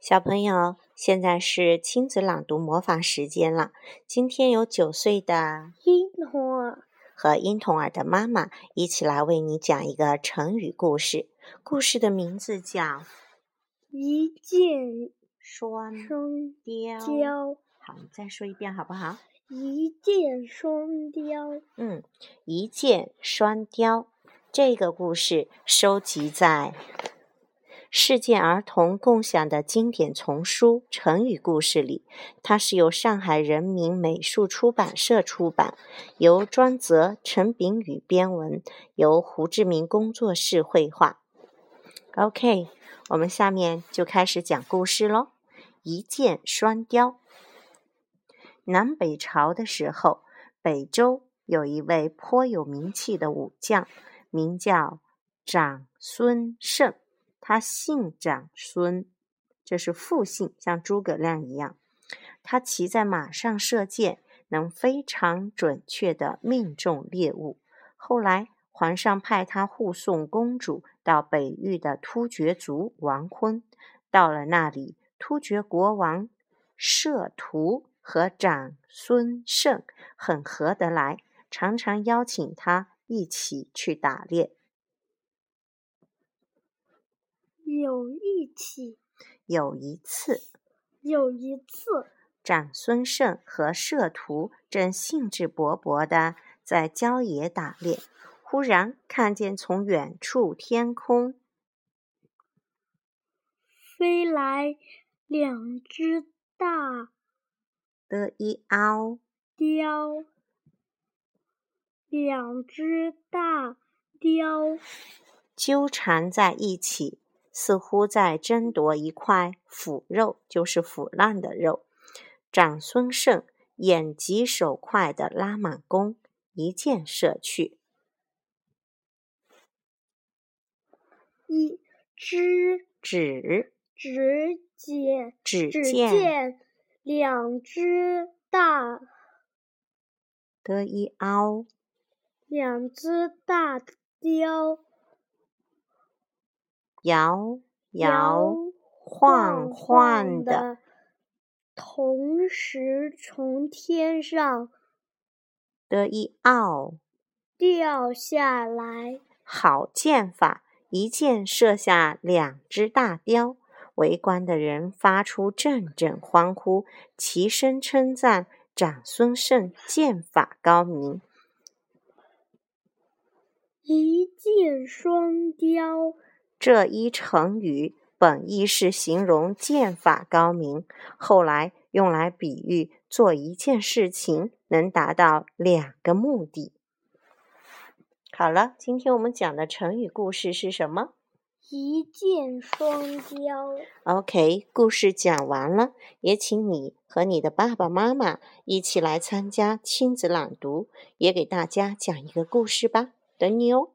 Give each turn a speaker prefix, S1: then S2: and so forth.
S1: 小朋友，现在是亲子朗读模仿时间了。今天有九岁的
S2: 一儿
S1: 和婴童儿的妈妈一起来为你讲一个成语故事，故事的名字叫《
S2: 一箭
S1: 双
S2: 双
S1: 雕》。
S2: 雕，
S1: 好，你再说一遍好不好？
S2: 一箭双雕。
S1: 嗯，一箭双雕这个故事收集在《世界儿童共享的经典丛书·成语故事》里，它是由上海人民美术出版社出版，由庄则、陈炳宇编文，由胡志明工作室绘画。OK，我们下面就开始讲故事喽。一箭双雕，南北朝的时候。北周有一位颇有名气的武将，名叫长孙晟，他姓长孙，这是复姓，像诸葛亮一样。他骑在马上射箭，能非常准确地命中猎物。后来，皇上派他护送公主到北域的突厥族王昆。到了那里，突厥国王摄图和长孙晟很合得来，常常邀请他一起去打猎。
S2: 有一起，
S1: 有一次，
S2: 有一次，
S1: 长孙晟和摄徒正兴致勃勃地在郊野打猎，忽然看见从远处天空
S2: 飞来两只大
S1: 的一凹
S2: 雕，两只大雕
S1: 纠缠在一起，似乎在争夺一块腐肉，就是腐烂的肉。长孙晟眼疾手快的拉满弓，一箭射去，
S2: 一只
S1: 只
S2: 指甲，
S1: 只
S2: 只
S1: 见
S2: 见两只大
S1: 得一凹
S2: 两只大雕
S1: 摇
S2: 摇
S1: 摇晃
S2: 晃
S1: 晃的，
S2: 同时从天上
S1: 得一凹，
S2: 掉下来。
S1: 好箭法，一箭射下两只大雕。围观的人发出阵阵欢呼，齐声称赞长孙晟剑法高明。
S2: 一箭双雕，
S1: 这一成语本意是形容剑法高明，后来用来比喻做一件事情能达到两个目的。好了，今天我们讲的成语故事是什么
S2: 一箭双雕。
S1: ？OK，故事讲完了，也请你和你的爸爸妈妈一起来参加亲子朗读，也给大家讲一个故事吧，等你哦。